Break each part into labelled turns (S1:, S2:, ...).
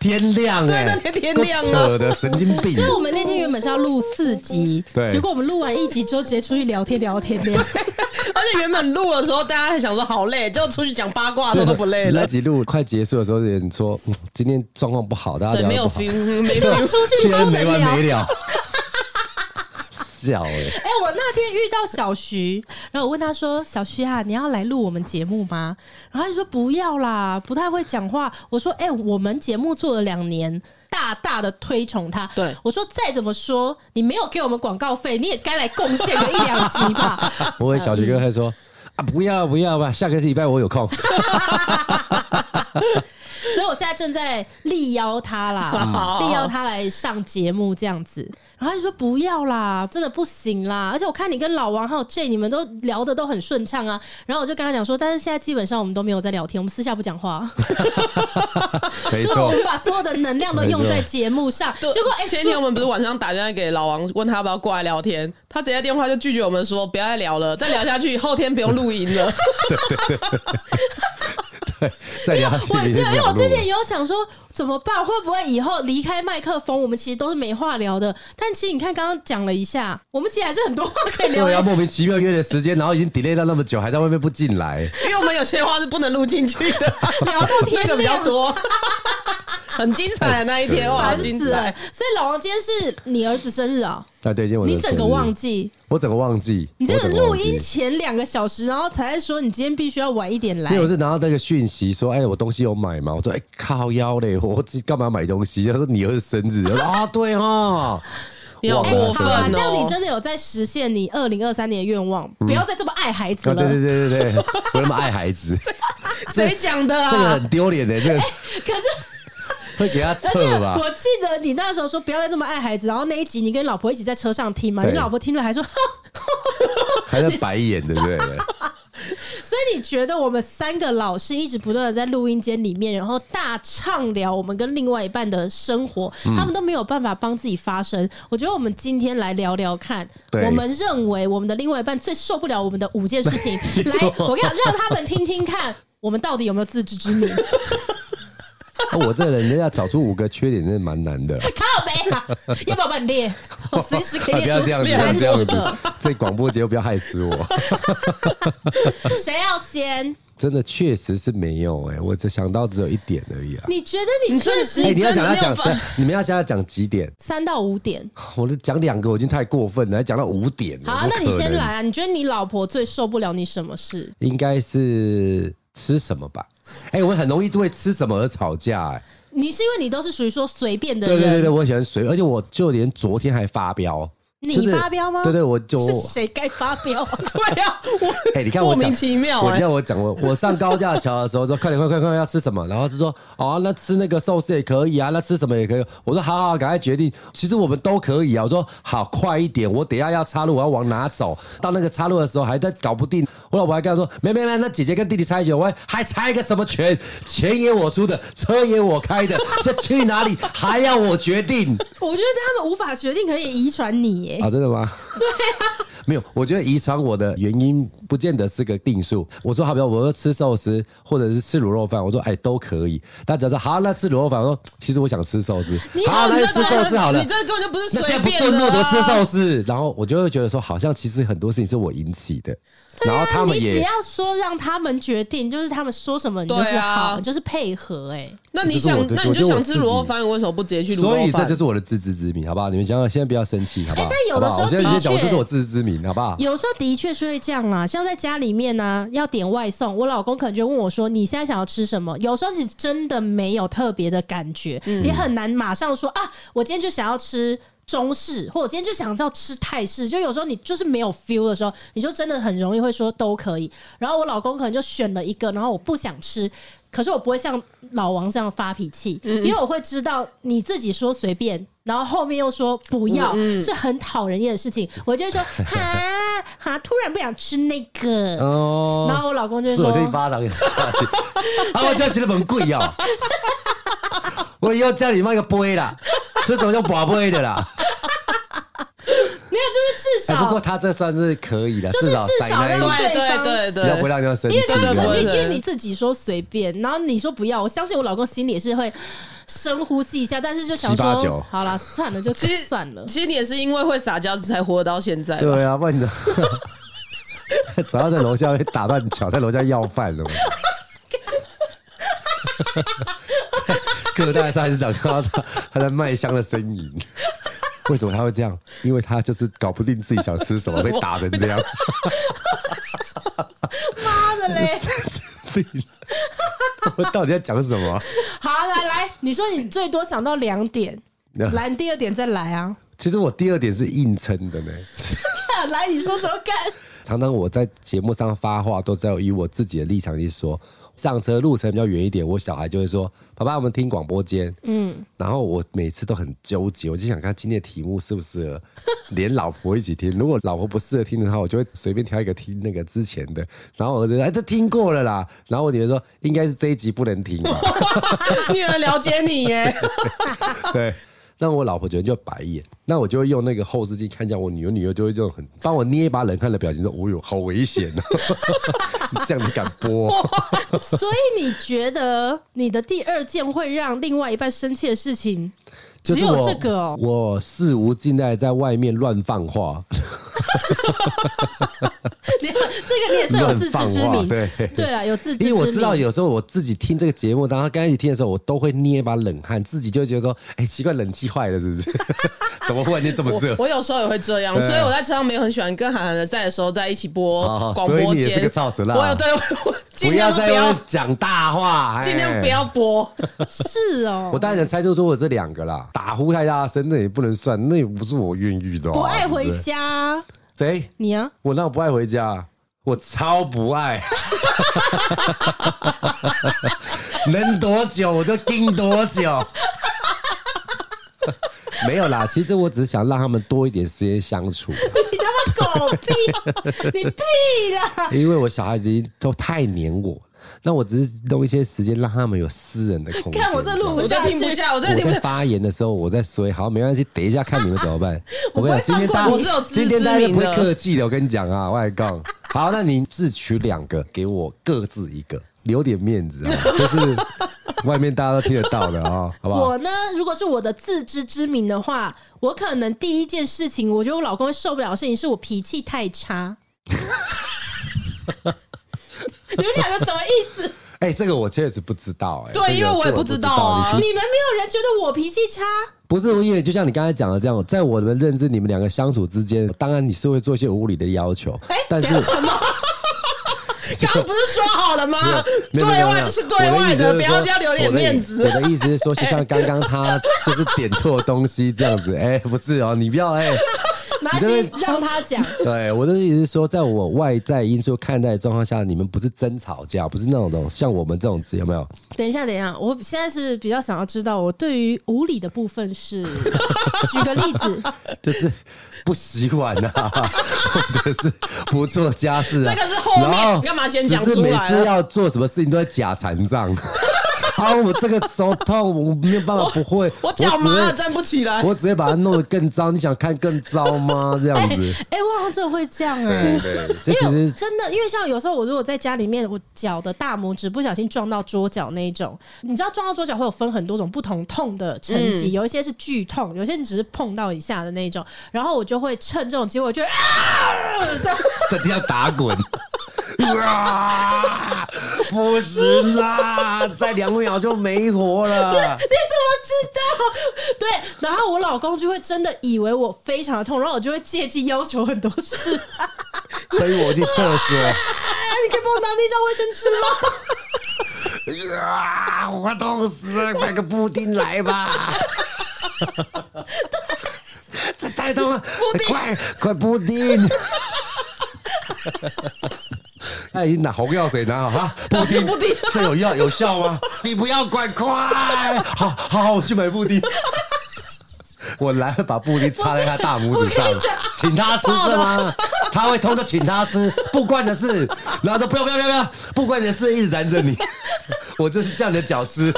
S1: 天亮哎、
S2: 对那天天亮啊
S1: 够扯的神经病
S3: 所以。我们那天原本是要录四集，
S1: 对
S3: 结果我们录完一集之后直接出去聊天聊天聊天，
S2: 而且原本录的时候，大家还想说好累，就出去讲八卦的时候都不累
S1: 那
S2: 了。
S1: 集录快结束的时候，有人说、嗯、今天状况不好，大家
S2: 对，
S1: 聊
S2: 没
S1: 得
S2: 有
S1: 不好，
S2: feel，没
S1: 结
S2: feel。
S1: 果
S3: 出去
S1: 竟
S3: 都
S1: 然
S3: 能
S1: 没完
S3: 聊
S1: 没了，笑哎、
S3: 哎、我那天遇到小徐，然后我问他说：“小徐啊，你要来录我们节目吗？”然后他就说：“不要啦，不太会讲话。”我说：“哎、我们节目做了两年，大大的推崇他。
S2: 对
S3: 我说：“再怎么说，你没有给我们广告费，你也该来贡献个一两集吧。
S1: 我问小徐哥还说啊，不要不要吧，下个礼拜我有 空。
S3: 所以我现在正在力邀 他啦，
S1: 哦
S2: 嗯
S3: 力邀他来上节目这样子。然后他就说不要啦，真的不行啦。而且我看你跟老王还有 J 你们都聊的都很顺畅啊。然后我就跟他讲说，但是现在基本上我们都没有在聊天，我们私下不 讲话，
S1: 没
S3: 就是我们把所有的能量都用在
S1: 啊没
S3: 节目上。
S2: 对
S3: 结果哎，
S2: 前天我
S3: 说
S2: 们不是晚上打电话给老王，问他要不要过来聊天，他直接电话就拒绝我们说不要再聊了，再聊下去后天不用录音了。
S1: 再聊
S3: 我
S1: 天
S3: 对，
S1: 里面
S3: 因为我之前
S1: 录。
S3: 也有想说怎么办，会不会以后离开麦克风，我们其实都是没话聊的。但其实你看刚刚讲了一下，我们其实还是很多话可以聊
S1: 对
S3: 的
S1: 啊，。莫名其妙约的时间，然后已经 delay 到那么久，还在外面不进来，
S2: 因为我们有些话是不能录进去的，
S3: 聊到天亮
S2: 那 个比较多，很精彩的那一 天哇，好
S3: 烦
S2: 精
S3: 死了
S2: 彩！！
S3: 欸所以老王今天是你儿子生日啊、
S1: 啊，对，今天我的
S3: 你整个
S1: 生日
S3: 忘，记，
S1: 我整个忘记，
S3: 你这
S1: 我
S3: 个
S1: 整个
S3: 录
S1: 忘记
S3: 音前两个小时，然后才在说你今天必须要晚一点来
S1: 因为。我是拿到那个讯息说，哎，我东西有买嘛？我说，哎，靠腰嘞，我我自己干嘛买东西？他说你儿子生日，我说啊，对哈，
S2: 你好
S1: 忘了
S2: 过
S3: 好
S2: 分
S3: 啦，
S2: 哦！
S3: 哎这样你真的有在实现你二零二三年的愿望，不要再这么爱孩子
S1: 啊，对
S3: 了。
S1: 对对对对，我那么爱孩 子，
S2: 谁讲的
S1: 这个
S2: 啊？
S1: 很丢脸的，这个
S3: 哎可是，
S1: 会给他
S3: 而且
S1: 撤吧？
S3: 我记得你那时候说不要再这么爱孩子，然后那一集你跟老婆一起在车上听嘛，
S1: 对
S3: 你老婆听了还说，
S1: 还在白眼，对不对？
S3: 所以你觉得我们三个老师一直不断的在录音间里面，然后大畅聊我们跟另外一半的生活，
S1: 嗯
S3: 他们都没有办法帮自己发声。我觉得我们今天来聊聊看，
S1: 对
S3: 我们认为我们的另外一半最受不了我们的五件事 情。来，我跟你讲，让他们听听看，我们到底有没有自知之 明？
S1: 啊我这人要找出五个缺点，真的蛮难的。
S3: 靠北啊，要不要帮你列？我随时可以
S1: 啊
S3: 列
S1: 不要
S3: 出
S1: 这样子，不要
S3: 三
S1: 这样
S3: 十个。
S1: 子，这广播节目不要害死我。
S3: 谁要先？
S1: 真的确实是没有哎、我只想到只有一点而已啊。
S3: 你觉 得你确实
S1: 哎、你要想要
S2: 真的没
S1: 讲
S2: 有，
S1: 不
S2: 办
S1: 是你们要想要讲几点？
S3: 三到五点？
S1: 我都讲两个，我已经太过分了，还讲到五点了。怎
S3: 好、啊，
S1: 么
S3: 那你
S1: 可
S3: 先
S1: 能
S3: 来。啊！你觉得你老婆最受不了你什么事？
S1: 应该是吃什么吧？哎、我们很容易就会吃什么而吵架、 哎，
S3: 你是因为你都是属于说随便的
S1: 对
S3: 人，
S1: 对对对，我喜欢水，而且我就连昨天还发飙。
S3: 你
S1: 就是
S3: 发飙吗
S1: 对对，我就是
S3: 谁该发 飙、啊？
S2: 对啊，我
S1: 哎、你看我
S2: 莫
S1: 讲
S2: 名其妙
S1: 我
S2: 哎
S1: 你，看我讲我我上高架桥的时候说快点快快快要吃什么，然后就说哦、那吃那个寿司也可以啊，那吃什么也可以。我说好好好赶快决定，其实我们都可以啊。我说好快一点，我等一下要插入，我要往哪走？到那个插入的时候还在搞不定，我老婆还跟她说没没没，那姐姐跟弟弟猜拳，我还还猜个什么拳？钱也我出的，车也我开的， 这去哪里还要我决定？
S3: 我觉得他们无法决定，可以遗传你耶、
S1: 啊，真的吗？对啊，没有，我觉得遗传我的原因不见得是个定数。我说好，比如我说吃寿司或者是吃卤肉饭，我说哎都可以。大家说好，那吃卤肉饭，我说其实我想吃寿司
S3: 你，
S1: 好，那就吃寿司好了
S2: 你。这根本就不是
S1: 那现
S2: 随
S1: 在不
S2: 便
S1: 顺
S2: 的
S1: 路
S2: 啊。
S1: 都吃寿司，然后我就会觉得说，好像其实很多事情是我引起的，然后啊他们
S3: 你只
S1: 也
S3: 要说让他们决定，就是他们说什么你就是
S2: 对
S3: 好，
S2: 啊
S3: 你就是配合、哎，
S2: 那你想
S1: 这就是我的，
S2: 那你
S1: 我觉
S2: 就
S1: 得我
S2: 想吃
S1: 自己
S2: 卤肉饭，为什么不直接去卤
S1: 所以
S2: 肉
S1: 这
S2: 饭
S1: 就？是我的自知之明，好不好？你们想想，现在不要生气，好不好？
S3: 哎但
S1: 好
S3: 有
S1: 不
S3: 的时
S1: 好？
S3: 候
S1: 我现在直接讲，
S3: 的
S1: 我
S3: 确
S1: 这是我自知之明，好不好？
S3: 有时候的确是会这样啦，像在家里面呢、啊要点外送，我老公可能就问我说：“你现在想要吃什么？”有时候你真的没有特别的感觉，也很难马上说啊，我今天就想要吃。中式，或者我今天就想要吃泰式，就有时候你就是没有 feel 的时候，你就真的很容易会说都可以。然后我老公可能就选了一个，然后我不想吃，可是我不会像老王这样发脾气，因为我会知道你自己说随便，然后后面又说不要，
S1: 嗯
S3: 是很讨人厌的事情。我就会 说哈哈，突然不想吃那个，
S1: 哦，
S3: 然后我老公就会
S1: 是我就一
S3: 说。
S1: 巴掌给他下去。 啊，我叫起来很贵哦。 我 以后叫你卖个杯啦，吃什么叫宝贝的啦？
S3: 没有，就是至
S1: 哎，
S3: 少
S1: 不过他这算是可以的，
S3: 就是
S1: 至少
S3: 至
S1: 塞
S3: 少
S1: 那一
S3: 让
S1: 笔
S2: 对
S3: 对方
S2: 对对
S1: 不要
S2: 对，
S1: 不让人家生
S3: 因为
S1: 气
S3: 他
S2: 对
S3: 肯
S2: 对对
S3: 定，
S1: 嘛。
S3: 因为你自己说随便，然后你说不要，我相信我老公心里也是会深呼吸一下，但是就想
S1: 七八九
S3: 说，好啦，算了，就
S2: 其实
S3: 算了。
S2: 其实你也是因为会撒娇才活到现在吧，
S1: 对啊，不然你 早上在楼下被打断脚，在楼下要饭了嘛。 在各大菜市场看到他他在卖香的身影，为什么他会这样？因为他就是搞不定自己想吃什么，被打成这样，
S3: 妈的嘞！
S1: 神经病！ 我到底在讲什么啊？
S3: 好，来来，你说你最多想到两 点，来，你第二点再来啊！
S1: 其实我第二点是硬撑的呢。
S3: 来，你说说看。
S1: 常常我在节目上发话，都是要以我自己的立场去说。上车路程比较远一点，我小孩就会说：“爸爸，我们听广播间。”嗯，然后我每次都很纠结，我就想看今天的题目适不适合 连老婆一起听。如果老婆不适合听的话，我就会随便挑一个听那个之前的。然后我儿子说哎，这听过了啦。然后我女儿说：“应该是这一集不能听吧
S2: 女儿了解 你耶，？”
S1: 对。那我老婆觉得就白眼，那我就会用那个后视镜看一下我女儿，女儿就会这种很帮我捏一把冷汗的表情，说：“哦呦，好危险 哦！你 这样你敢播？”
S3: 所以你觉得你的第二件会让另外一半生气的事情，
S1: 就
S3: 只
S1: 是
S3: 有
S1: 我
S3: 这个哦
S1: 我肆无忌惮在外面乱放话，
S3: 你 这个你也是有自知之
S1: 乱放话
S3: 明，
S1: 对
S3: 对啊，有自知之
S1: 因为
S3: 明。
S1: 我知道有时候我自己听这个节目，当他刚开始听的时候，我都会捏一把冷汗，自己就会觉得说，哎、奇怪，冷气坏了是不是？ 怎么忽然间这么热？
S2: 我有时候也会这样，
S1: 对啊
S2: 所以我在车上没有很喜欢跟韩寒的在的时候在一起播
S1: 哦
S2: 广
S1: 所
S2: 播
S1: 以你也
S2: 间。
S1: 是个操死辣
S2: 我有对，我尽
S1: 不
S2: 量
S1: 要
S2: 都不
S1: 再用
S2: 要，
S1: 讲大话，
S2: 尽量
S1: 哎
S2: 不要。 播。
S3: 是哦，
S1: 我当然能猜出说我这两个啦，打呼太大声那也不能算，那也不是我愿意的、啊。
S3: 不爱
S1: 对
S3: 回
S1: 对
S3: 家，
S1: 谁？
S3: 你啊，
S1: 我那我不爱回家，我超不爱，能多久我就盯多久。没有啦，其实我只是想让他们多一点时间相处，
S3: 你他妈狗屁，啊你屁啦！
S1: 因为我小孩子已经都太黏我了，那我只是弄一些时间让他们有私人的空间。
S3: 看我这录
S2: 我
S3: 不
S1: 样
S2: 真
S3: 下
S2: 的
S3: 去
S2: 听不下， 我真的
S1: 我
S2: 听
S1: 在
S2: 不下。
S1: 发言的时候，我在说，好，没关系，等一下看你们怎么 办。我
S3: 不
S1: 跟你
S3: 会
S1: 讲，今天
S3: 放
S1: 大
S3: 过
S2: 你我是有自知
S1: 今天大家
S2: 之
S1: 不
S2: 明
S1: 会
S2: 的
S1: 客气的，我跟你讲啊，外公。好，那你自取两个，给我各自一个，留点面子 啊，这是外面大家都听得到的啊、好不好
S3: 我？呢，如果是我的自知之明的话，我可能第一件事情，我觉得我老公会受不了的事情是我脾气太 差。你们两个什么意思？
S1: 哎、这个我确实不知道、哎，
S2: 对
S1: 这个
S2: 因为我也
S1: 这个
S2: 不知道啊
S1: 你
S3: 你们没有人觉得我脾气差？
S1: 不是，因为就像你刚才讲的这样，在我的认知，你们两个相处之间，当然你是会做一些无理的要求，
S3: 哎、
S1: 但是
S3: 等一下什么？
S2: 刚刚不是说好了吗？
S1: 没
S2: 对
S1: 有没有没
S2: 外
S1: 有
S2: 就是对
S1: 我的
S2: 外
S1: 意思
S2: 的，不
S1: 是
S2: 要
S1: 说
S2: 要留点
S1: 我的
S2: 面子。
S1: 我的意思是说，就像刚刚他就是点错东西这样子，哎，不是哦，你不要哎。
S3: 麻
S1: 你这
S3: 西
S1: 边
S3: 让他讲。
S1: 对，我的意思是说，在我外在因素看待的状况下，你们不是真吵架，不是那种像我们这种有没有？
S3: 等一下，等一下，我现在是比较想要知道，我对于无理的部分是， 举个例子，
S1: 就是不洗碗啊， 或者是不做家事啊。
S2: 那个是后面
S1: 然后
S2: 你干嘛先讲
S1: 只是
S2: 出来
S1: 每
S2: 啊
S1: 次要做什么事情都在假残障。 啊，我这个手痛，我没有办法，不会，
S2: 我脚麻
S1: 只会
S2: 了，站不起 来。
S1: 我只会把它弄得更糟。你想看更糟吗？这样子，
S3: 哎、我好像真的会这样哎、
S1: 对，这其
S3: 因为
S1: 实
S3: 真的，因为像有时候我如果在家里面，我脚的大拇指不小心撞到桌角那一种，你知道撞到桌角会有分很多种不同痛的层级，有一些是剧痛，有些你只是碰到一下的那一种，然后我就会趁这种机会我就会啊，
S1: 真的要打滚。 啊！不行啦，再两秒就没活了。
S3: 你怎么知道？对，然后我老公就会真的以为我非常的痛，然后我就会借机要求很多事，啊，
S1: 推我去厕所。
S2: 哎
S3: 你可以帮我拿那张卫生 纸吗？
S1: 啊！我痛死了，买个布丁来吧。这太痛了，快快布 丁！他已经拿红药水拿哎好啊哈，布丁布丁，这有药有效吗？你不要管，快！好好好，我去买布丁。我来了，把布丁插在他大拇指上，请他吃是吗？他会偷着请他吃，不关你的事。然后说不要不要不要不要，不关你的事，一直拦着你。我就是这样的脚吃。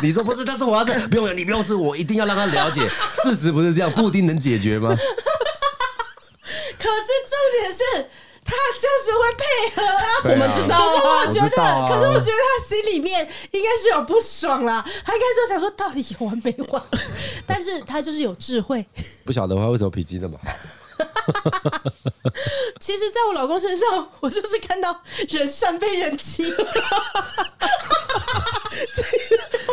S1: 你说不是，但是我要吃，不用，你不用吃，我一定要让他了 解，事实不是这样，布丁能解决吗？
S4: 可是重点是，他就是会配合啊。
S1: 对啊
S2: 我们知道
S4: 可是
S2: 啊
S4: 我觉
S1: 我知
S4: 得，
S1: 道啊
S4: 可是我觉得他心里面应该是有不爽啦，他应该说想说到底有完没 完？
S3: 但是他就是有智慧，
S1: 不晓得他为什么脾气那么好，
S4: 其实，在我老公身上，我就是看到人善被人欺。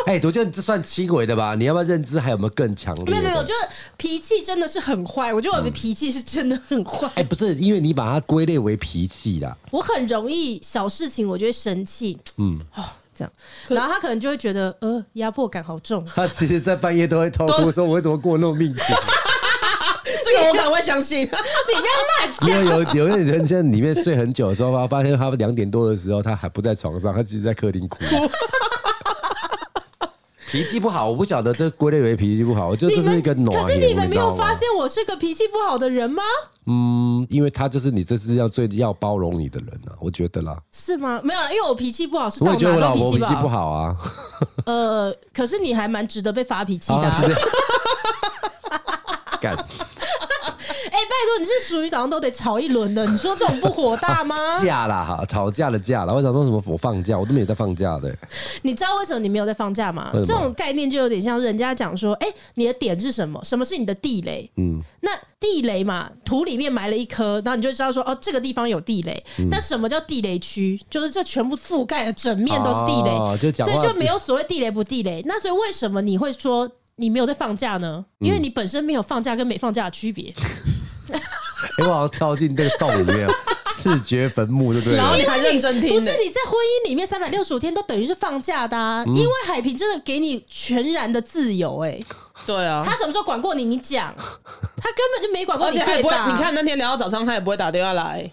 S1: 哎、我觉得你这算轻微的吧？你要不要认知还有没有更强烈的？
S4: 没有没有，我觉得脾气真的是很坏，我觉得
S1: 嗯
S4: 我的脾气是真的很坏。
S1: 哎、不是，因为你把它归类为脾气啦，
S3: 我很容易小事情我就会生气，嗯，哦，这样，然后他可能就会觉得呃压迫感好重，
S1: 他其实在半夜都会偷哭说：“我为什么过那么命苦
S2: 这个我可能会相信。
S4: 你不要乱？”
S1: 因为有有些人在里面睡很久的时候，发现他两点多的时候，他还不在床上，他自己在客 厅哭。脾气不好，我不晓得这归类为脾气不好，我觉得这是一个暖。
S3: 可是你们没
S1: 你知道
S3: 有发
S1: 吗
S3: 现我是个脾气不好的人吗？
S1: 嗯，因为他就是你这世界上最要包容你的人啊，我觉得啦。
S3: 是吗？没有啦，因为我脾气不好，是
S1: 我
S3: 到
S1: 也觉得我
S3: 哪
S1: 老
S3: 都
S1: 婆
S3: 脾
S1: 脾气
S3: 气
S1: 不
S3: 好。
S1: 好啊，
S3: 呃，可是你还蛮值得被发脾气的、
S1: 啊
S3: 啊
S1: 是。这样。干
S3: 哎、拜托，你是属于早上都得吵一轮的，你说这种不火大吗？
S1: 架啦哈，吵架的架啦。我想说什么？我放假，我都没有在放假的、
S3: 你知道为什么你没有在放假吗？
S1: 为
S3: 这
S1: 什么
S3: 种概念就有点像人家讲说，哎、你的点是什么？什么是你的地雷？嗯，那地雷嘛，土里面埋了一颗，然后你就知道说，哦，这个地方有地雷。
S1: 嗯
S3: 那什么叫地雷区？就是这全部覆盖了，整面都是地雷，
S1: 哦就讲
S3: 所
S1: 话
S3: 以就没有所谓地雷不地雷。那所以为什么你会说你没有在放假呢？
S1: 嗯
S3: 因为你本身没有放假跟没放假的 区别。
S1: 哎、我好像跳进这个洞里面，视觉坟墓，对不对
S2: 然？后你还认真听
S3: 不
S2: 呢
S3: 是，你在婚姻里面三百六十五天都等于是放假的、啊，
S1: 嗯
S3: 因为海平真的给你全然的自由、哎。
S2: 对啊，
S3: 他什么时候管过你？你讲，他根本就没管过
S2: 而
S3: 你，
S2: 且他也
S3: 对
S2: 不会
S3: 吧？，
S2: 你，看那天聊到早上，他也不会打电话来。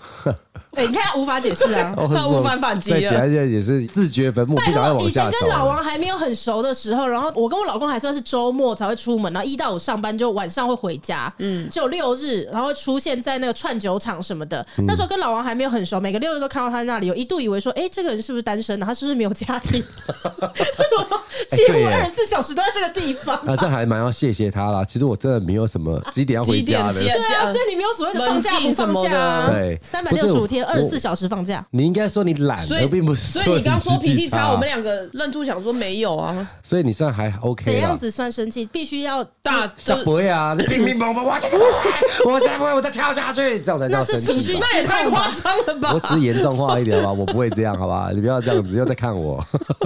S3: 哎，你看他无法解释 啊。
S1: 哦
S2: 他无法反击了
S1: 再讲一下也是视觉坟墓，不
S3: 拜
S1: 想再
S3: 托，
S1: 往
S3: 以
S1: 下
S3: 前
S1: 走啊
S3: 跟
S1: 了。
S3: 老王还没有很熟的时候，然后我跟我老公还算是周末才会出门，然后一到五上班就晚上会回家，嗯，只有六日，然后会出现在那个串酒厂什么的。那时候跟老王还没有很熟，每个六日都看到他在那里，有一度以为说，哎，这个人是不是单身的？他是不是没有家庭？
S4: 他说
S1: 哎
S4: 几
S1: 对
S4: 乎
S1: 耶
S4: 二十四小时都在这个地方。
S1: 啊，这还蛮要谢谢他啦。其实我真的没有什么几点要回家的
S2: 几。点
S4: 对啊，所以你没有所谓的放假
S2: 门禁
S4: 不
S2: 什
S4: 放
S2: 么
S4: 假啊
S2: 的。
S1: 对，
S3: 三百
S1: 不是
S3: 六十五天，
S1: 我
S3: 二十四小时放假。
S1: 你应该说你懒，
S2: 所以
S1: 而并不是
S2: 所以你刚说脾气
S1: 差
S2: 差，我们两个认出想说没有啊，
S1: 所以你算还
S3: 怎
S1: OK
S3: 样
S1: 啦。
S3: 子算生气？必须要
S2: 大
S1: 小
S2: 就是
S1: 博呀，乒啊乒乓乓，我才不会，我才不会，我再跳下去，这样才叫
S3: 那
S1: 生气
S3: 是
S1: 吧。
S3: 情绪
S2: 那也太夸张了吧
S1: 我？只是严重化一点吧，我不会这样，好吧？你不要这样子，又在看我。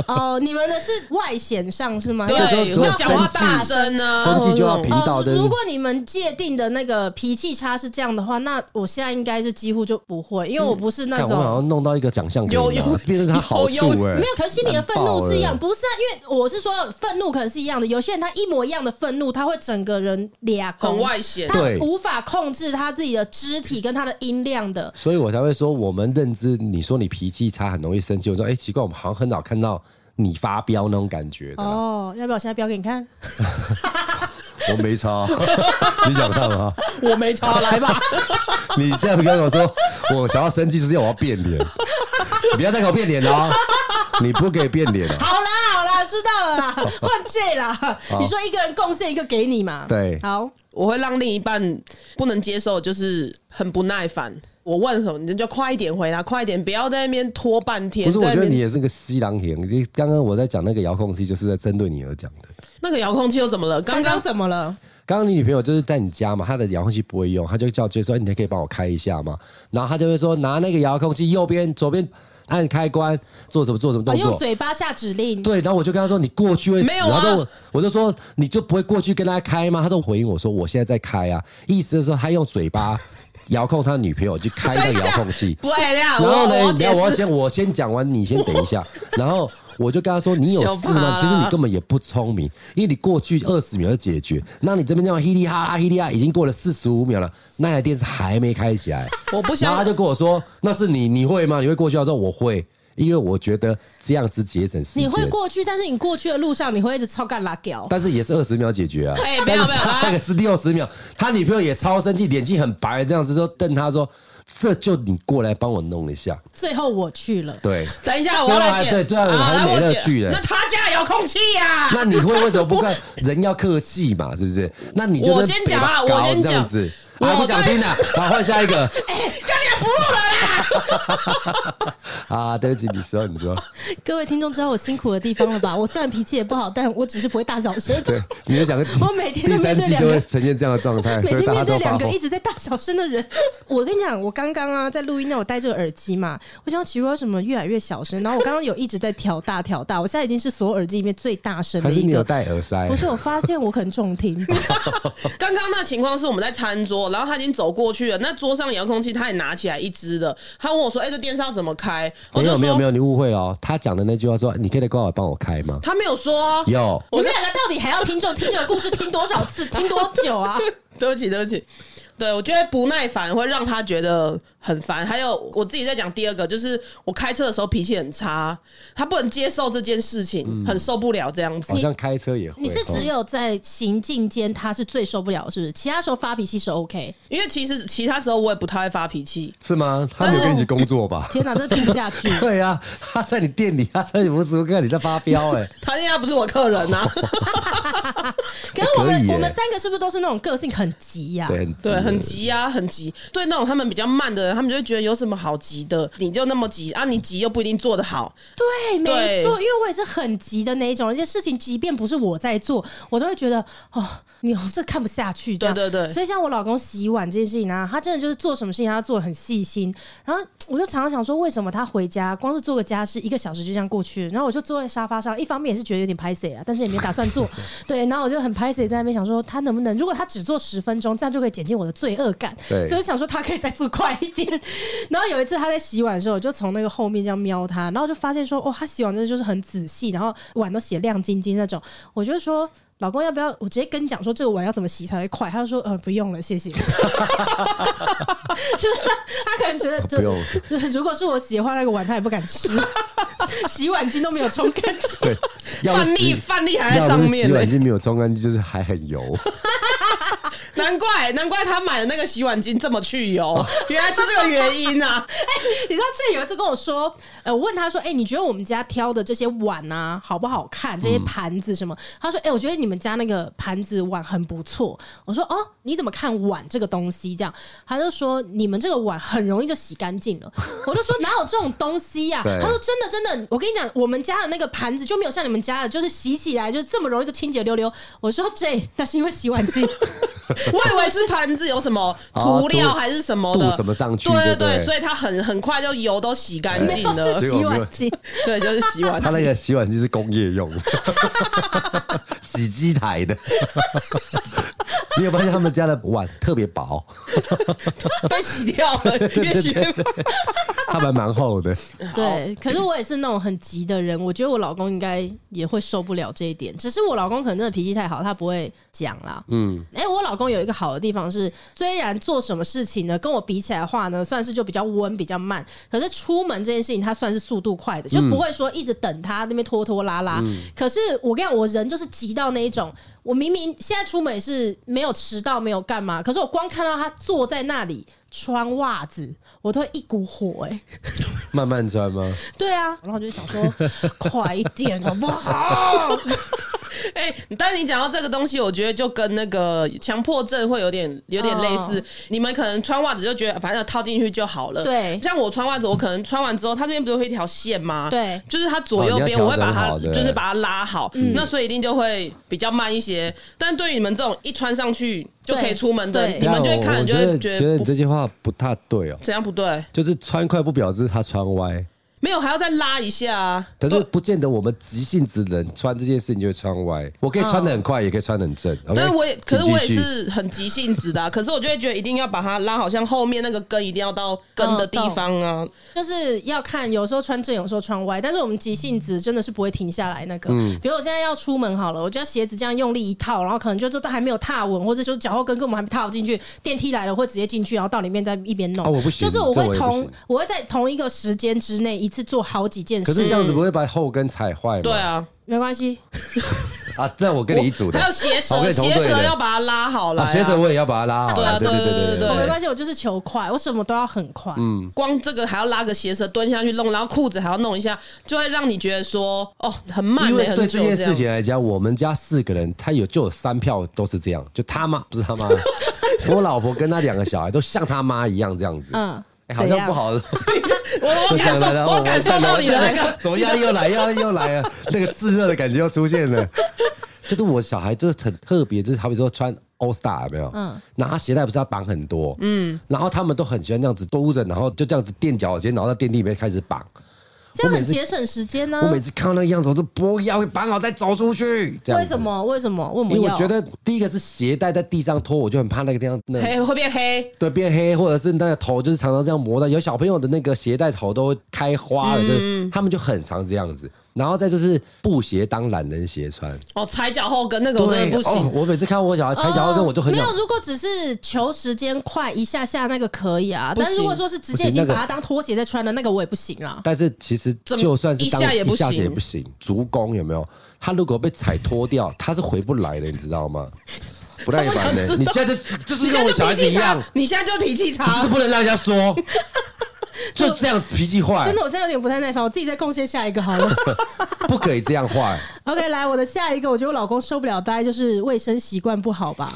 S3: 哦，你们的是外显上是吗？
S1: 那时候
S2: 对，
S1: 如果
S2: 要讲
S1: 生
S2: 话
S1: 气
S2: 大声啊，
S1: 生气就要平
S2: 哦
S1: 道
S3: 哦，
S1: 对不对
S3: 如果你们界定的那个脾气差是这样的话，那我现在应该是几乎就不会，因为我不是 那
S1: 看嗯我好
S3: 种。
S1: 像弄到一个奖项给你
S2: 有有
S1: 了，变成他好处
S2: 有
S1: 哎
S3: 没。有，可是心里的愤怒是
S1: 懒爆了欸
S3: 一样，不是啊？因为我是说，愤怒可能是一样的。有些人他一模一样的愤怒，他会整个人俩拱
S2: 很外显
S3: 他
S1: 对
S3: 无法控制他自己的肢体跟他的音量的。
S1: 所以我才会说，我们认知你说你脾气差，很容易生气。我说，哎、奇怪，我们好像很少看到你发飙那种感觉的。
S3: 哦，要不要我现在标给你看？
S1: 我没差，你想看吗？
S2: 我没吵，来吧，
S1: 你现在跟我说，我想要生气是因为我要变 脸，你不要再给我变脸了、哦，你不给变脸了、
S3: 好啦，好啦，知道了啦， 换 J 啦。你说一个人贡献一个给你嘛？
S1: 对
S3: 好，
S2: 我会让另一半不能接受，就是很不耐烦。我问什么，你就快一点回答，快一点，不要在那边拖半天。
S1: 不是，我觉
S2: 在
S1: 得
S2: 那
S1: 你
S2: 边
S1: 也是个西郎甜。你刚刚我在讲那个遥控器，就是在针对你而讲的。
S2: 那个遥控器又怎么了？刚
S3: 刚刚
S2: 刚
S3: 怎么了？
S1: 刚刚你女朋友就是在你家嘛，她的遥控器不会用，她就叫 J 说：“哎你可以帮我开一下吗？”然后她就会说：“拿那个遥控器右边、左边按开关，做什么做什么
S3: 啊
S1: 动
S3: 用
S1: 作。
S3: 嘴巴下指令。
S1: 对，然后我就跟她说：“你过去会死。
S2: 没有啊
S1: 然后我我就说：“你就不会过去跟她开吗？”她就回应我说：“我现在在开啊。”意思就是说，她用嘴巴 遥控她女朋友去开那个遥控 器。
S2: 不哎呀，
S1: 然后
S2: 我
S1: 呢，
S2: 要
S1: 你要
S2: 解
S1: 我要
S2: 释。
S1: 先我先讲完，你先等一下。然后我就跟他说：“你有事吗？”
S2: 小怕
S1: 其实你根本也不聪明，因为你过去二十秒就解决，那你这边这样稀里哈啦稀里哈啦，已经过了四十五秒了，那台电视还没开起来。
S2: 我不
S1: 然
S2: 想
S1: 后他就跟我说：“那是你，你会吗？你会过去？”他说：“我会。”因为我觉得这样子节省时
S3: 你
S1: 间。
S3: 会过去，但是你过去的路上你会一直超干拉屌。
S1: 但是也是二十秒解决啊。
S2: 哎没
S1: 但
S2: 有
S1: 是
S2: 没有
S1: 他
S2: 来
S1: 那个是六十秒，他女朋友也超生气，脸气很白，这样子说瞪他说：“这就你过来帮我弄一下。
S3: 最后我去了”，
S1: 对，
S2: 等一下，我
S1: 最
S2: 要
S1: 后
S2: 来
S1: 还
S2: 解。
S1: 对最后我还是
S2: 好来
S1: 没
S2: 我
S1: 乐
S2: 解
S1: 趣嘞
S2: 那他家遥控器 呀、
S1: 那你会为什么不看？人要客气嘛，是不是？那你就是
S2: 我先讲啊
S1: 北吧搞
S2: 我先讲
S1: 这样子。
S2: 我
S1: 啊，不想听了，好换下一个
S2: 干你不录了啦！
S1: 啊！对不起，你说，你说，
S3: 各位听众知道我辛苦的地方 了吧？我虽然脾气也不好，但我只是不会大小声。
S1: 对，你就想第
S3: 我每天都
S1: 第三
S3: 面对
S1: 季
S3: 两
S1: 就
S3: 个
S1: 会呈现这样的状态，
S3: 每
S1: 所以
S3: 天
S1: 大家
S3: 面
S1: 都
S3: 对
S1: 发
S3: 两个
S1: 疯
S3: 一。直在大小声的人，我跟你讲，我刚刚啊在录音那我戴这个耳机嘛，我想奇怪为什么越来越小声，然后我刚刚有一直在调大调大，我现在已经是所有耳机里面最大声
S1: 还
S3: 的
S1: 是
S3: 一
S1: 你有
S3: 个。
S1: 戴耳塞？
S3: 不是，我发现我可能 重听，
S2: 刚刚那情况是我们在餐桌，然后他已经走过去了，那桌上遥控器他也拿起来一支的，他问我说：“哎、这电视要怎么开？”我
S1: 没
S2: 就
S1: 有
S2: 说
S1: 没有没有，你误会了哦。他讲的那句话说：“你可以过来帮我开吗
S2: 他没有说、啊？”。
S1: 有，
S3: 你们两个到底还要听这种听这个故事听多少次，听多久啊？
S2: 对不起，对不起。对，我觉得不耐烦会让他觉得很烦。还有我自己在讲第二个，就是我开车的时候脾气很差，他不能接受这件事情，很受不了这样
S1: 嗯
S2: 子
S1: 好。像开车也会。
S3: 你是
S1: 哦
S3: 只有在行进间他是最受不了，是不是？其他时候发脾气是 OK。
S2: 因为其实其他时候我也不太会发脾气，
S1: 是吗？他没有跟你一起工作吧？
S3: 天哪，真的听不下 去。
S1: 对
S2: 哦
S1: 啊，他在你店里，他无时无刻你在发飙 哎、
S2: 他现在不是我客人啊，
S3: 可是我
S1: 可以
S3: 们
S1: 耶
S3: 我们三个是不是都是那种个性很急呀、
S1: 对，很急
S2: 啊对，很急啊，很急。对那种他们比较慢的人，他们就会觉得有什么好急的？你就那么急啊，你急又不一定做得好。
S3: 对，没
S2: 对
S3: 错，因为我也是很急的那一种，而且事情即便不是我在做，我都会觉得哦，你这看不下去，这样
S2: 对对对
S3: 所以像我老公洗碗这件事情呢、他真的就是做什么事情他做的很细心，然后我就常常想说，为什么他回家光是做个家事一个小时就这样过去了？然后我就坐在沙发上，一方面也是觉得有点拍谁啊，但是也没打算 做，对，然后我就很拍谁在那边想说，他能不能如果他只做十分钟，这样就可以减轻我的罪恶感，
S1: 对
S3: 所以我想说他可以再做快一点。 然后有一次他在洗碗的时候，我就从那个后面这样瞄他，然后就发现说，哦，他洗碗真的就是很仔细，然后碗都洗得亮晶晶那种。我就说，老公要不要？我直接跟你讲说这个碗要怎么洗才会快。他就说， 呃，不用了，谢谢。就是他可能觉得就
S1: 不用，
S3: 如果是我洗的话，那个碗他也不敢吃， 洗碗巾都没有冲干净。
S1: 对，要
S2: 范
S1: 是
S2: 例
S1: 洗
S2: 范例还在
S1: 要
S2: 上
S1: 不是
S2: 面欸
S1: 洗
S2: 呢、
S1: 碗巾没有冲干净，就是还很 油。
S2: 难怪难怪他买的那个洗碗巾这么去
S1: 哦
S2: 油，原来是这个原 因啊！
S3: 你知道这有一次跟我说，呃，我问他说，哎、你觉得我们家挑的这些碗啊，好不好看？这些盘子什么？他说，哎、我觉得你们家那个盘子碗很不错。我说，哦，你怎么看碗这个东西？这样，他就说，你们这个碗很容易就洗干净了。我就说，哪有这种东西呀、
S1: 对
S3: 他说，真的真的，我跟你讲，我们家的那个盘子就没有像你们家的，就是洗起来就这么容易就清洁溜溜。我说，这那是因为洗碗机。
S2: 我以为是盘子有什么
S1: 哦
S2: 涂料
S1: 镀
S2: 还是什么的，
S1: 镀什么上去
S2: 对
S1: 就对
S2: 所以他很很快就油都洗干净
S3: 没有
S2: 了
S3: 是。
S1: 结果
S3: 洗
S1: 没有
S3: 碗机，
S2: 对，就是洗碗
S1: 他那
S2: 巾。
S1: 个洗碗机是工业用 的，洗机台的。 你有发现他们家的碗特别薄，
S2: 被洗掉 了，越洗越慢。
S1: 他们蛮厚的。
S3: 对，可是我也是那种很急的人，我觉得我老公应该也会受不了这一点。只是我老公可能真的脾气太好，他不会讲啦。嗯，哎、我老公有一个好的地方是，虽然做什么事情呢，跟我比起来的话呢，算是就比较温、比较慢。可是出门这件事情，他算是速度快的，就不会说一直等他那边拖拖拉拉。可是我跟你讲，我人就是急到那一种。我明明现在出门也是没有迟到，没有干嘛，可是我光看到他坐在那里穿袜子，我都会一股火哎、欸
S1: 慢慢穿吗？
S3: 对啊，然后就想 说快一点好不好？
S2: 哎、但你讲到这个东西，我觉得就跟那个强迫症会有点有点类似。
S3: 哦
S2: 你们可能穿袜子就觉得反正套进去就好了。
S3: 对
S2: 像我穿袜子，我可能穿完之后，它这边不是会一条线吗？
S3: 对哦
S2: 就是它左右
S1: 哦你
S2: 边，我
S1: 要调整
S2: 会把它
S1: 好对
S2: 就是把它拉好，那所以一定就会比较慢一些。但对于你们这种一穿上去就可以出门的，
S3: 对
S2: 你们就会
S1: 等一下我
S2: 看，
S1: 我
S2: 就
S1: 觉得
S2: 会
S1: 觉
S2: 觉
S1: 得
S2: 得
S1: 你
S2: 不
S1: 这句话不太对哦。
S2: 怎样不对，
S1: 就是穿快不表示他穿歪，
S2: 没有还要再拉一下啊。
S1: 可是不见得我们急性子的人穿这件事情就会穿歪。我可以穿的很快，也可以穿的很正。
S2: 但是
S1: OK？
S2: 我也，可是我也
S1: 请继续
S2: 是很急性子的啊、可 是我就会觉得一定要把它拉好，像后面那个根一定要到根的地方
S1: 嗯
S2: 啊。
S3: 就是要看，有时候穿正，有时候穿歪，但是我们急性子真的是不会停下来。那个，
S1: 嗯
S3: 比如我现在要出门好了，我就要鞋子这样用力一套，然后可能就都还没有踏稳，或者说脚后跟根本还没踏进去，电梯来了会直接进去，然后到里面再一边弄。
S1: 哦我不行
S3: 就是我
S1: 这
S3: 会
S1: 我也不
S3: 同
S1: 行
S3: 我会在同一个时间之内一次做好几件
S1: 可是
S3: 事，
S1: 这样子不会把后跟踩坏吗？
S2: 对啊，
S3: 没关系。
S1: 啊，那我跟你一组的
S2: 还，有鞋
S1: 我
S2: 舌，
S1: 跟你同
S2: 鞋
S1: 队的
S2: 舌要把它拉好来
S1: 啊，
S2: 啊。
S1: 学者我也要把它拉好了，
S2: 对
S1: 对
S2: 啊
S1: 对
S2: 对对
S1: 对
S2: 对
S3: 我没
S1: 对。嗯
S3: 关系，我就是求快，我什么都要很快。
S2: 光这个还要拉个鞋舌蹲下去弄，然后裤子还要弄一下，就会让你觉得说哦很慢
S1: 因
S2: 的、
S1: 为
S2: 很
S1: 对
S2: 久
S1: 这件
S2: 这
S1: 事
S2: 样
S1: 情来讲，我们家四个人，他有就有三票都是这样，就他妈不是他妈， 我老婆跟他两个小孩都像他妈一样这样子，
S3: 嗯
S1: 哎好像
S3: 怎样
S1: 不好。
S2: 我我感受
S1: 来了哦
S2: 我感受到你的那
S1: 完蛋
S2: 个
S1: 了，怎么压力又来，压力又来了，那个炙热的感觉又出现了。就是我小孩，就是很特别，就是好比说穿 All Star 有没有？嗯，然后他鞋带不是要绑很多，嗯，然后他们都很喜欢这样子兜着，然后就这样子垫脚尖，然后到垫地里面开始绑。
S3: 这样
S1: 我每
S3: 很
S1: 次
S3: 节省时间呢、
S1: 我每次看到那个样子，我说不要绑好再走出去。这样
S3: 为
S1: 子
S3: 什？么？为什么？为什么
S1: 因为
S3: 要
S1: 我觉得第一个是鞋带在地上拖，我就很怕那个地方那个
S2: 黑会变黑，
S1: 对，变黑，或者是那个头就是常常这样磨到，有小朋友的那个鞋带头都开花了，
S2: 嗯
S1: 就是他们就很常这样子。然后再就是布鞋当懒人鞋穿，
S2: 哦踩脚后跟那个我真
S1: 对
S2: 的不行。哦
S1: 哦，我每次看我小孩踩脚后跟，我就很
S3: 哦没
S1: 想
S3: 有。，如果只是求时间快一下下，那个可以啊。
S2: 不行
S3: 但是如果说是直接已经把它当拖鞋在穿的，那个我也不行啊啦。
S1: 但是其实
S2: 怎么
S1: 就算是当
S2: 一下也不
S1: 一下子
S2: 行
S1: 也不行，足弓有没有？他如果被踩脱掉，他是回不来的，你知道吗？不耐烦
S2: 我想知
S1: 的，
S2: 道
S1: 你现在就就是
S2: 你
S1: 跟
S2: 现
S1: 我
S2: 在
S1: 小孩
S2: 就
S1: 子
S2: 脾
S1: 一
S2: 气
S1: 样
S2: 差，，你现在就脾气
S3: 啊
S1: 就是
S2: 差，
S1: 不能让人家 说，就这样子脾气坏
S3: 真的，，我现在有点不太耐烦，我自己再贡献下一个 好了。
S1: 不可以这样坏。
S3: OK，来我的下一个，我觉得我老公受不了，大概就是卫生习惯不 好吧。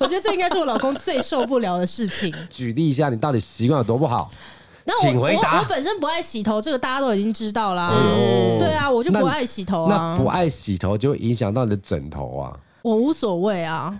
S3: 我觉得这应该是我老公最受不了的事情。
S1: 举例一下，你到底习惯有多不好？
S3: 那我
S1: 请回答
S3: 我我本身不爱洗头，这个大家都已经知道啦。
S1: 哦
S3: 对啊，我就不
S1: 那
S3: 爱洗头啊
S1: 那。不爱洗头就会影响到你的枕头啊，
S3: 我无所 谓啊，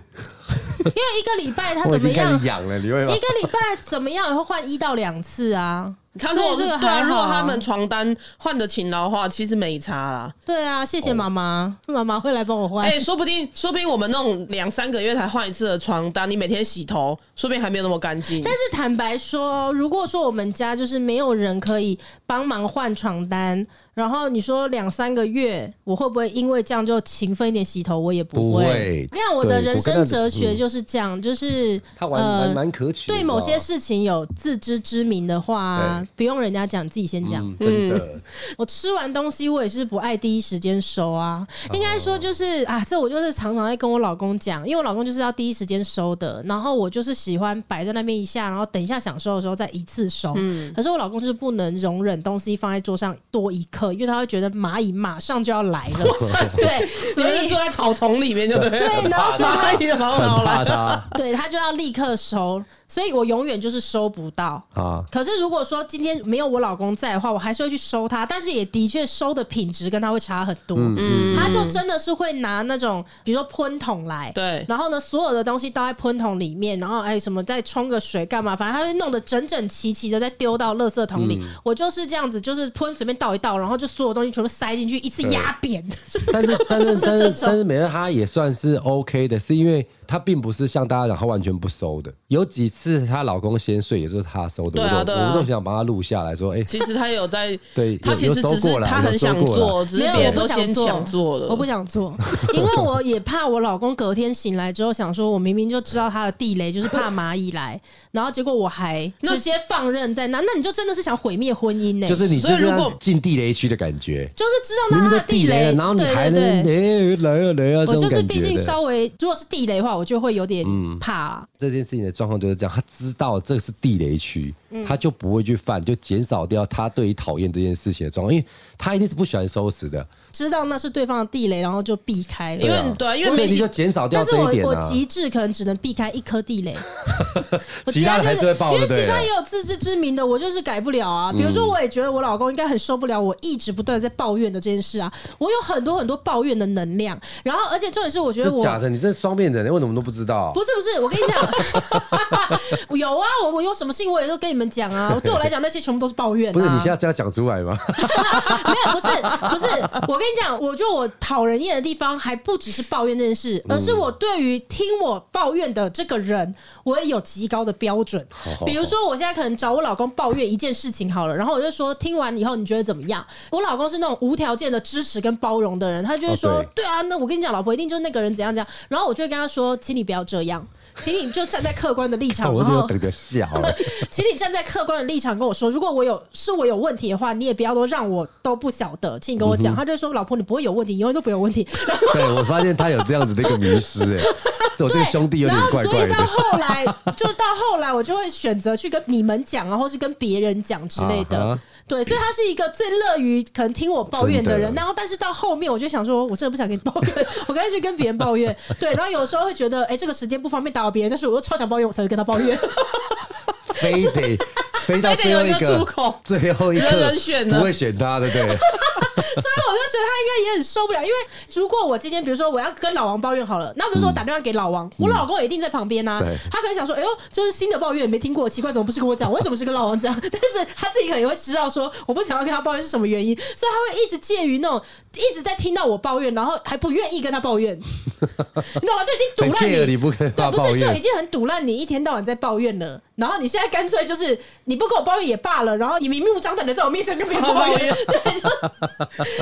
S3: 因为一个礼拜他
S1: 我
S3: 怎
S1: 已
S3: 么
S1: 经开
S3: 样
S1: 始，痒了，你会吗
S3: 一？个礼拜怎么样也会换一到两次 啊。
S2: 他如果
S3: 所
S2: 是
S3: 以这个
S2: 对啊，
S3: 还好
S2: 如果他们床单换的勤劳的话，其实没差啦。
S3: 对啊，谢谢妈妈，妈妈会来帮我换。
S2: 哎、说不定，说不定我们那种两三个月才换一次的床单，你每天洗头，说不定还没有那么干净。
S3: 但是坦白说，如果说我们家就是没有人可以帮忙换床单，然后你说两三个月，我会不会因为这样就勤奋一点洗头？我也不
S1: 不
S3: 会
S1: 会。
S3: 那我的
S1: 对
S3: 人
S1: 我跟
S3: 生
S1: 他
S3: 哲
S1: 嗯
S3: 学就是这样，就是
S1: 他玩
S3: 呃
S1: 蛮蛮可取的，啊哦
S3: 对
S1: 你知道
S3: 某
S1: 吗
S3: 些事情有自知之明的话
S1: 对，
S3: 不用人家讲，自己先讲。
S1: 嗯真的，
S3: 我吃完东西，我也是不爱第一时间收啊。应该说就是啊，这我就是常常在跟我老公讲，因为我老公就是要第一时间收的，然后我就是喜欢摆在那边一下，然后等一下想收的时候再一次收。可是我老公就是不能容忍东西放在桌上多一刻，因为他会觉得蚂蚁马上就要来了。对，
S2: 所
S3: 所
S2: 以
S3: 以
S2: 坐在草丛里面就对了。
S3: 对，然 后所以他
S2: 蚂蚁的毛
S1: 很
S2: 毛
S1: 怕
S2: 来了，
S1: 他
S3: 对他就要立刻收，所以我永远就是收不到。
S1: 啊。
S3: 可是如果说今天没有我老公在的话，我还是会去收它，但是也的确收的品质跟它会差很多。他就真的是会拿那种，比如说喷桶来，
S2: 对
S3: 然后呢，所有的东西倒在喷桶里面，然后哎什么再冲个水干嘛，反正他会弄得整整齐齐的，再丢到垃圾桶里。我就是这样子，就是喷随便倒一倒，然后就所有东西全部塞进去，一次压扁。
S1: 但是但 是但
S3: 这
S1: 是
S3: 种
S1: 但是，美乐他也算是 OK 的，是因为他并不是像大家讲他完全不收的。有几次她老公先睡，也就是她收的，
S2: 对啊
S1: 我都
S2: 对啊
S1: 我都想把他录下来说，哎，
S2: 其实他有在，
S1: 对
S2: 他
S1: 有
S2: 其实
S1: 有
S2: 只
S1: 收过
S2: 是
S1: 啦
S2: 他很想
S1: 有收过
S2: 做，只
S3: 没
S2: 是
S3: 有，
S2: 别
S3: 我
S2: 人
S3: 不
S2: 都
S3: 想
S2: 先
S3: 做
S2: 想做了。
S3: 我不想做， 因为我也怕我老公隔天醒来之后想说，我明明就知道他的地雷就是怕蚂蚁来， 然后结果我还
S2: 那
S3: 直接放任在那，那你就真的是想毁灭婚姻呢、欸
S1: 就是你就
S2: 所以
S1: 是
S2: 如果
S1: 要进地雷区的感觉，
S3: 就是知
S1: 明
S3: 道
S1: 明
S3: 那他
S1: 都
S3: 的地
S1: 雷了，然后你
S3: 对
S1: 还
S3: 对
S1: 能
S3: 对
S1: 哎来啊来啊这
S3: 我
S1: 种
S3: 就是
S1: 感
S3: 毕
S1: 觉
S3: 竟
S1: 的。嗯
S3: 稍微，如果是地雷的话，我就会有点怕啦。
S1: 这件事情的状况就是这样，他知道这是地雷区，
S3: 嗯
S1: 他就不会去犯，就减少掉他对于讨厌这件事情的状况，因为他一定是不喜欢收拾的，
S3: 知道那是对方的地雷，然后就避开。
S2: 因为
S1: 啊
S2: 对啊，因为
S1: 所
S2: 没
S1: 以你
S2: 洗
S1: 就减少掉
S3: 但是
S1: 这
S3: 我
S1: 一点
S3: 我
S1: 啊。
S3: 极致可能只能避开一颗地雷，我
S1: 其他的还是会爆
S3: 因
S1: 的，
S3: 为
S1: 对啊
S3: 其
S1: 嗯
S3: 他也有自知之明的，我就是改不了啊。比如说，我也觉得我老公应该很受不了我一直不断地在抱怨的这件事啊。我有很多很多抱怨的能量，然后而且重点是，我觉得
S1: 这
S3: 我
S1: 假的，你这是双面人，为什么都不知道？
S3: 不是不是，我跟你讲， 有啊，我我有什么事情我也都跟你们 讲啊。对我来讲，那些全部都是抱怨、啊。
S1: 不是你现在这样讲出来 吗？
S3: 没有，不是不是，我跟你讲，我觉得我讨人厌的地方还不只是抱怨这件事，而
S1: 嗯
S3: 是我对于听我抱怨的这个人，我也有极高的标准
S1: 好好。好
S3: 比如说，我现在可能找我老公抱怨一件事情好了，然后我就说听完以后你觉得怎么样？我老公是那种无条件的支持跟包容的人，他就会
S1: 哦
S3: 说
S1: 对
S3: 对啊，那我跟你讲，老婆一定就是那个人怎样怎样。然后我就会跟他说，请你不要这样。请你就站在客观的立
S1: 看
S3: 场，
S1: 哦我
S3: 然
S1: 就
S3: 后
S1: 有等着笑、
S3: 请你站在客观的立场跟我说，如果我有是我有问题的话，你也不要都让我都不晓得，请你跟我
S1: 嗯
S3: 讲。他就说：“老婆，你不会有问题，你永远都不会有问题。
S1: 对我发现他有这样子的一个迷失、哎，这 我这
S3: 对，
S1: 个兄弟有点怪怪的
S3: 然后所以到。后来，就到后来，我就会选择去跟你们讲，然后是跟别人讲之类的。
S1: 啊哈
S3: 对，所以他是一个最乐于可能听我抱怨的人。
S1: 真的
S3: 然后，但是到后面，我就想说，我真的不想跟你抱怨，我干脆去跟别人抱怨。对，然后有时候会觉得，哎、这个时间不方便打扰别人，但是我又超想抱怨，我才会跟他抱怨。
S1: 非得飞 到最后
S2: 非得有一个出口
S1: 最后一刻
S2: 人人选的
S1: 不会选他的，对，
S3: 所以我就觉得他应该也很受不了，因为如果我今天比如说我要跟老王抱怨好了，那比如说我打电话给老王，我老公也一定在旁边呐、
S1: 对
S3: 他可能想说，哎呦，这是新的抱怨，没听过，奇怪，怎么不是跟我讲？为什么是跟老王讲？但是他自己可能也会知道说，我不想要跟他抱怨是什么原因，所以他会一直介于那种一直在听到我抱怨，然后还不愿意跟他抱怨，你懂吗？就已经堵
S1: 很
S3: 烂
S1: care
S3: 你，
S1: 你不 跟他
S3: 对，不
S1: 抱
S3: 是就已
S1: 怨，
S3: 经很堵烂，你一天到晚在抱怨了，然后你现在干脆就是你不跟我抱怨也罢了，然后你明目张胆的在我面前跟别人 抱
S2: 抱
S3: 怨，
S2: 怨
S3: 对，就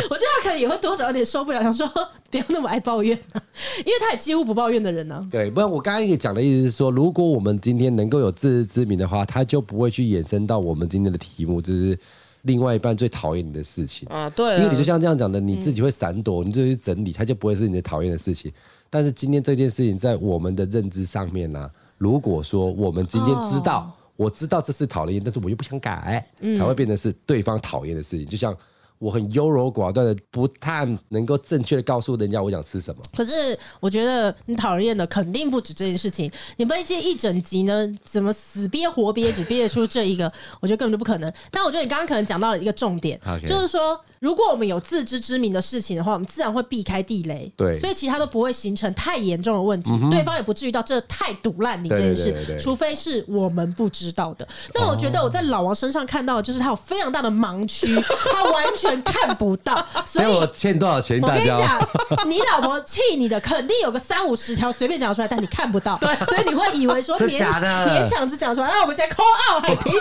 S3: 我觉得他可能也会多少有点受不了，想说不要那么爱抱怨、 啊，因为他也几乎不抱怨的人啊呢、
S1: 对，不然我刚刚也讲的意思是说，如果我们今天能够有自知之明的话，他就不会去衍生到我们今天的题目，就是另外一半最讨厌你的事情。
S2: 啊，对啊，
S1: 因为你就像这样讲的，你自己会闪躲，你自己去整理，它就不会是你的讨厌的事情。但是今天这件事情在我们的认知上面呢、如果说我们今天知道，我知道这是讨厌，但是我又不想改，才会变成是对方讨厌的事情。就像我很优柔寡断的，不太能够正确的告诉人家我想吃什么。
S3: 可是我觉得你讨人厌的肯定不止这件事情，你被这一整集呢，怎么死憋活憋只憋得出这一个， 我觉得根本就不可能。但我觉得你刚刚可能讲到了一个重点
S1: OK
S3: 就是说，如果我们有自知之明的事情的话，我们自然会避开地雷，
S1: 对
S3: 所以其他都不会形成太严重的问题，对方也不至于到这太毒烂你这
S1: 对
S3: 件
S1: 对
S3: 事，
S1: 对对对哦
S3: 除非是我们不知道的。但我觉得我在老王身上看到，的就是他有非常大的盲区，他完全看不 到，所以
S1: 哎，我欠多少钱
S3: 我
S1: 大
S3: 跟你
S1: 家哦？
S3: 讲，你老婆气你的肯定有个三五十条，随便讲出来，但你看不到，所以你会以为说
S1: 啊 真
S3: 勉
S1: 假的
S3: 勉强只讲出来。啊那我们现在扣二海平，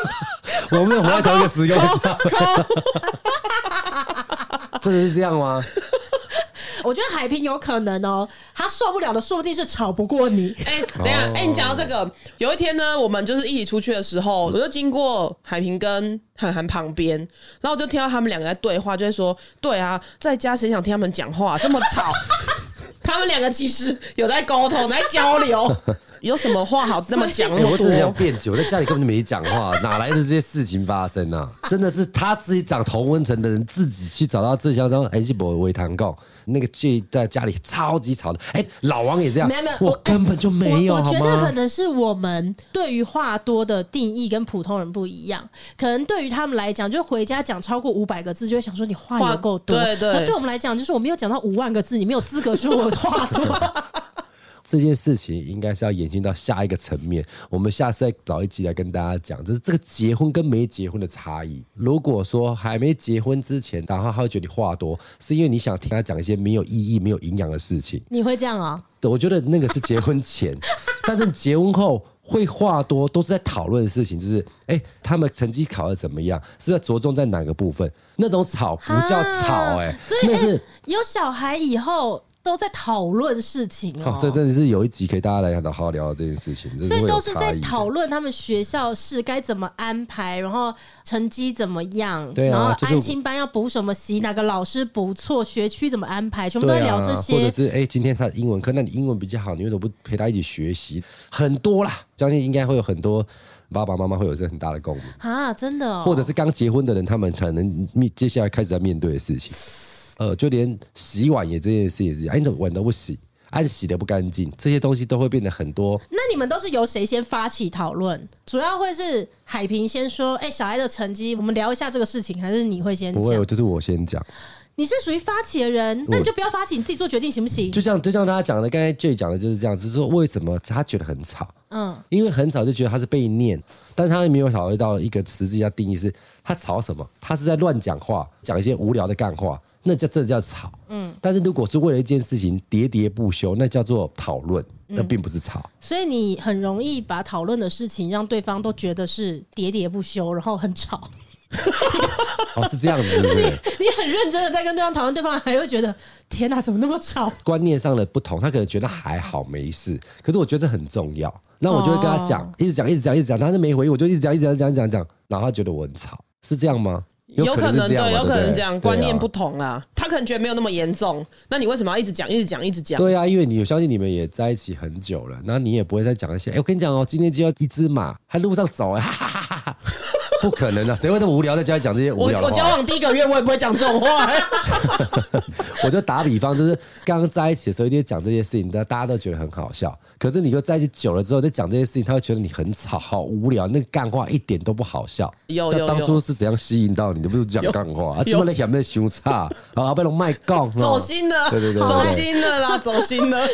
S1: 我们有活在同一个时空下， 真的是这样 吗？
S3: 我觉得海平有可能哦，他受不了的，说不定是吵不过你。
S2: 哎、等一下，
S1: 哦
S2: 哎、你讲到这个，有一天呢，我们就是一起出去的时候，我就经过海平跟涵涵旁边，然后我就听到他们两个在对话，就会说：“对啊，在家谁想听他们讲话这么吵？” 他们两个其实有在沟通，在交流，有什么话好那么讲那
S1: 哎、
S2: 么
S1: 我真的想
S2: 多？
S1: 辩解，我在家里根本就没讲话，哪来的这些事情发生 啊？真的是他自己长同温层的人，自己去找到自己想当哎，去博维谈告那个剧在家里超级吵的。哎、老王也这样，
S3: 没有没有哎
S1: 我根本就没有，
S3: 我我
S1: 好
S3: 觉得可
S1: 吗？
S3: 能是我们对于话多的定义跟普通人不一样，可能对于他们来讲，就回家讲超过五百个字，就会想说你话
S2: 话
S3: 也够多。
S2: 对对
S3: 可对我们来讲，就是我没有讲到五万个字，你没有资格说我话 多。
S1: 这件事情应该是要延伸到下一个层面，我们下次再找一集来跟大家讲，就是这个结婚跟没结婚的差异。如果说还没结婚之前，然后他会觉得你话多，是因为你想听他讲一些没有意义、没有营养的事情。
S3: 你会这样啊？
S1: 对，我觉得那个是结婚前， 但是结婚后会话多，都是在讨论的事情，就是哎、诶他们成绩考得怎么样，是不是要着重在哪个部分？那种吵不叫吵、诶哎、
S3: 啊所以
S1: 那是
S3: 欸。有小孩以后都在讨论事情哦
S1: 哦，，这真的是有一集可以大家来好好聊聊这件事情，
S3: 所以都是
S1: 是
S3: 在讨论他们学校是该怎么安排，然后成绩怎么样，
S1: 对啊
S3: 然后
S1: 就是
S3: 安亲班要补什么习，哪个老师不错，学区怎么安排，全部都
S1: 对
S3: 在
S1: 啊
S3: 聊这，
S1: 或者
S3: 些。
S1: 是哎、诶今天他的英文课，那你英文比较好，你为什么不陪他一起学习？很多啦，相信应该会有很多爸爸妈妈会有这很大的共鸣，
S3: 啊，真的、哦，
S1: 或者是刚结婚的人，他们可能面接下来开始在面对的事情，呃，就连洗碗也这件事也是一样，哎、你怎么碗都不洗，哎、你洗的不干净，这些东西都会变得很多。
S3: 那你们都是由谁先发起讨论？主要会是海平先说，哎、小孩的成绩，我们聊一下这个事情，还是你会先
S1: 不会，
S3: 讲？
S1: 就是我先讲，
S3: 你是属于发起的人，那你就不要发起，你自己做决定行不行？
S1: 就像就像他讲的，刚才 J 讲的就是这样，就是说为什么他觉得很吵，
S3: 嗯，
S1: 因为很吵就觉得他是被念，但是他没有考虑到一个实际要定义是，他吵什么？他是在乱讲话，讲一些无聊的干话，那叫这叫吵。嗯，但是如果是为了一件事情喋喋不休，那叫做讨论，那并不是吵。
S3: 所以你很容易把讨论的事情让对方都觉得是喋喋不休，然后很吵。
S1: 哦，是这样子是不是，
S3: 你很认真的在跟对方讨论，对方还会觉得天哪、怎么那么吵？
S1: 观念上的不同，他可能觉得还好没事，可是我觉得这很重要。那我就会跟他讲，一直讲，一直讲，一直讲，他就没回应，我就一直讲，一直讲，一直讲，一直讲，讲，然后他觉得我很吵，是这样吗？
S2: 有可
S1: 可是
S2: 能
S1: 这样嘛
S2: 对，有
S1: 对不
S2: 可能
S1: 对
S2: 这样，
S1: 对啊
S2: 观念不同啦。他可能觉得没有那么严重，那你为什么要一直讲、一直讲、一直讲？
S1: 对啊，因为你我相信你们也在一起很久了，那你也不会再讲一些。哎、我跟你讲哦，今天就要一只马，还路上走、哎哈哈哈哈哈，不可能的，谁会这么无聊在家里讲这些无
S2: 我
S1: 聊
S2: 我
S1: 的
S2: 交
S1: 话？
S2: 往第一个月，我也不会讲这 种话、欸
S1: 我就打比方，就是刚刚在一起的时候，一定讲这些事情，但大家都觉得很好笑。可是你就在一起久了之后，再讲这些事情，他会觉得你很吵，好无聊，那个干话一点都不好笑。
S2: 有
S1: 那
S2: 有
S1: 当
S2: 有
S1: 初是怎样吸引到你的？不是讲干话，啊，
S2: 有
S1: 怎么来想那羞差，啊，被人卖杠，
S2: 走心了，
S1: 对对对对
S2: 走心了啦，走心了。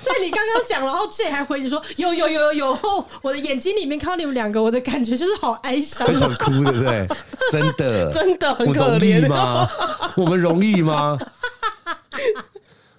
S3: 在你刚刚讲，然后 J 还回你说有有有有有，哦我的眼睛里面看到你们两个，我的感觉就是好 哀伤。
S1: 很想哭，对不对？真的，
S2: 真的很
S1: 我
S2: 可
S1: 容
S2: 怜
S1: 易 吗？我们容易吗？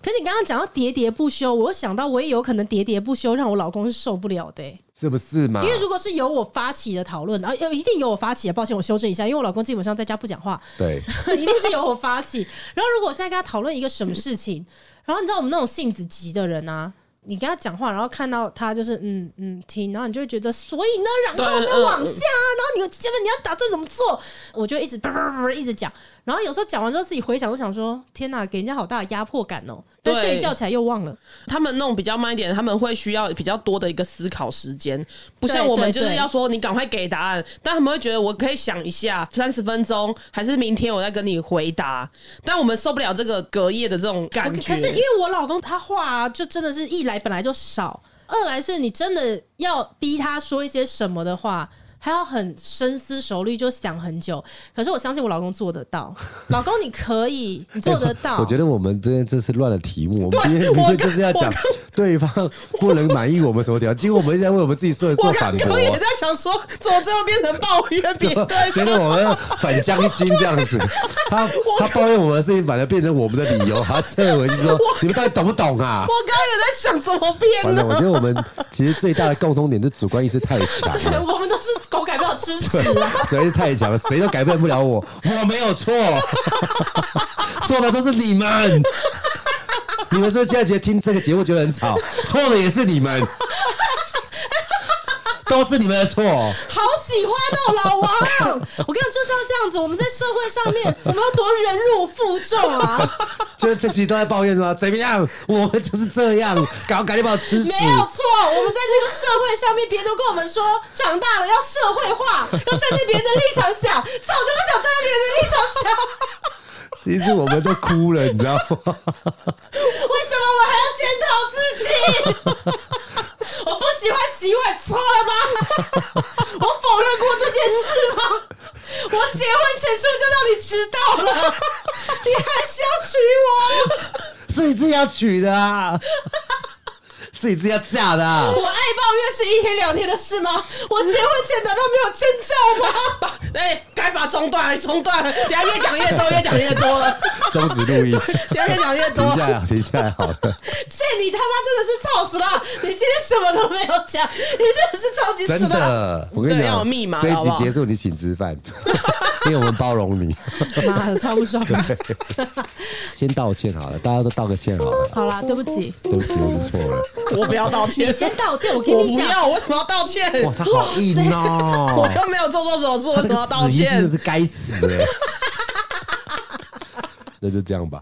S3: 可你刚刚讲到喋喋不休，我又想到我也有可能喋喋不休，让我老公是受不了的欸、
S1: 是不是嘛？
S3: 因为如果是由我发起的讨论，啊，呃一定由我发起的，抱歉，我修正一下，因为我老公基本上在家不讲话，
S1: 对，
S3: 一定是由我发起。然后如果我现在跟他讨论一个什么事情，然后你知道我们那种性子急的人啊，你跟他讲话，然后看到他就是嗯嗯听，然后你就会觉得，所以呢，然后
S2: 对
S3: 呢
S2: 嗯
S3: 往下，然后你这边你要打算怎么做，我就一直叭叭叭叭一直讲，然后有时候讲完之后自己回想，就想说，天哪，给人家好大的压迫感哦。但
S2: 对
S3: 睡觉起来又忘了，
S2: 他们那种比较慢一点，他们会需要比较多的一个思考时间，不像
S3: 对
S2: 我们
S3: 对
S2: 就是
S3: 对
S2: 要说你赶快给答案，但他们会觉得我可以想一下，三十分钟，还是明天我再跟你回答。但我们受不了这个隔夜的这种感觉。
S3: 可是因为我老公他话、啊、就真的是一来本来就少，二来是你真的要逼他说一些什么的话。还要很深思熟虑，就想很久。可是我相信我老公做得 到，老公你可以，你做得到。
S1: 哎我觉得我们今天真是乱了题目。我们今 天
S2: 我
S1: 明
S2: 刚
S1: 明就是要讲对方不能满意我们什么条件，结果我们一直在为我们自己做
S2: 我
S1: 做
S2: 刚
S1: 反驳
S2: 刚，也在想说，怎么最后变成抱怨别人？
S1: 结果我们反将一军这样子。他他抱怨我们的事情，反而变成我们的理由，他撤回去 说：“你们到底懂不懂啊
S2: 我刚刚也在想怎么？”变
S1: 完了，
S2: 呢
S1: 我？觉得我们其实最大的共通点是主观意识太强了。
S3: 我们都是狗改不了吃屎。
S1: 主要是太强了，谁都改变不了我，我没有错， 错的都是你们。你们是不是现在觉得听这个节目觉得很吵？错的也是你们，都是你们的错。
S3: 好喜欢哦，老王！我跟你讲，就是要这样子。我们在社会上 面，我们要多忍辱负重啊！
S1: 就是这集都在抱怨说怎么样，我们就是这样，搞改你把我吃屎。
S3: 没有错，我们在这个社会上面，别人都跟我们说，长大了要社会化，要站在别人的立场想，早就不想站在别人的立场想，
S1: 其实我们都哭了，你知道吗？
S3: 为什么我还要检讨自己？我不喜欢洗碗，错了 吗？我否认过这件事吗？我结婚前是不是就让你知道了？你还是要娶我？
S1: 是你自己要娶的啊， 是你自己要嫁的、啊。
S3: 我爱抱怨是一天两天的事吗？我结婚前难道没有征兆吗？
S2: 哎，该把中断了，中断了，等下越讲越多，越讲越多了，
S1: 终止录 音，
S2: 等下越 讲越
S1: 停
S2: 多
S1: 下。来，停下来好了。
S3: 这你他妈真的是操死了！你今天什么都没有讲，你真的是超级
S1: 真
S3: 死了。
S1: 的，我跟你
S2: 对要有
S1: 讲，
S2: 密码
S1: 这一
S2: 好
S1: 集
S2: 不好
S1: 结束你请吃饭，因为我们包容你。
S3: 妈的，超不 爽！
S1: 先道歉好了，大家都道个歉好了，
S3: 好啦，对不起，
S1: 对不起，我们错了。
S2: 我不要道歉
S3: 你，先道歉。我跟
S2: 我
S3: 你
S2: 不
S3: 讲，
S2: 要，我为什么要道歉？
S1: 哇，他好硬
S2: 我
S1: 哦，
S2: 又没有做错什么事，我
S1: 他这
S2: 为什么要
S1: 个
S2: 道
S1: 死鱼真欸
S2: 歉
S1: 的？是该死。那就这样吧。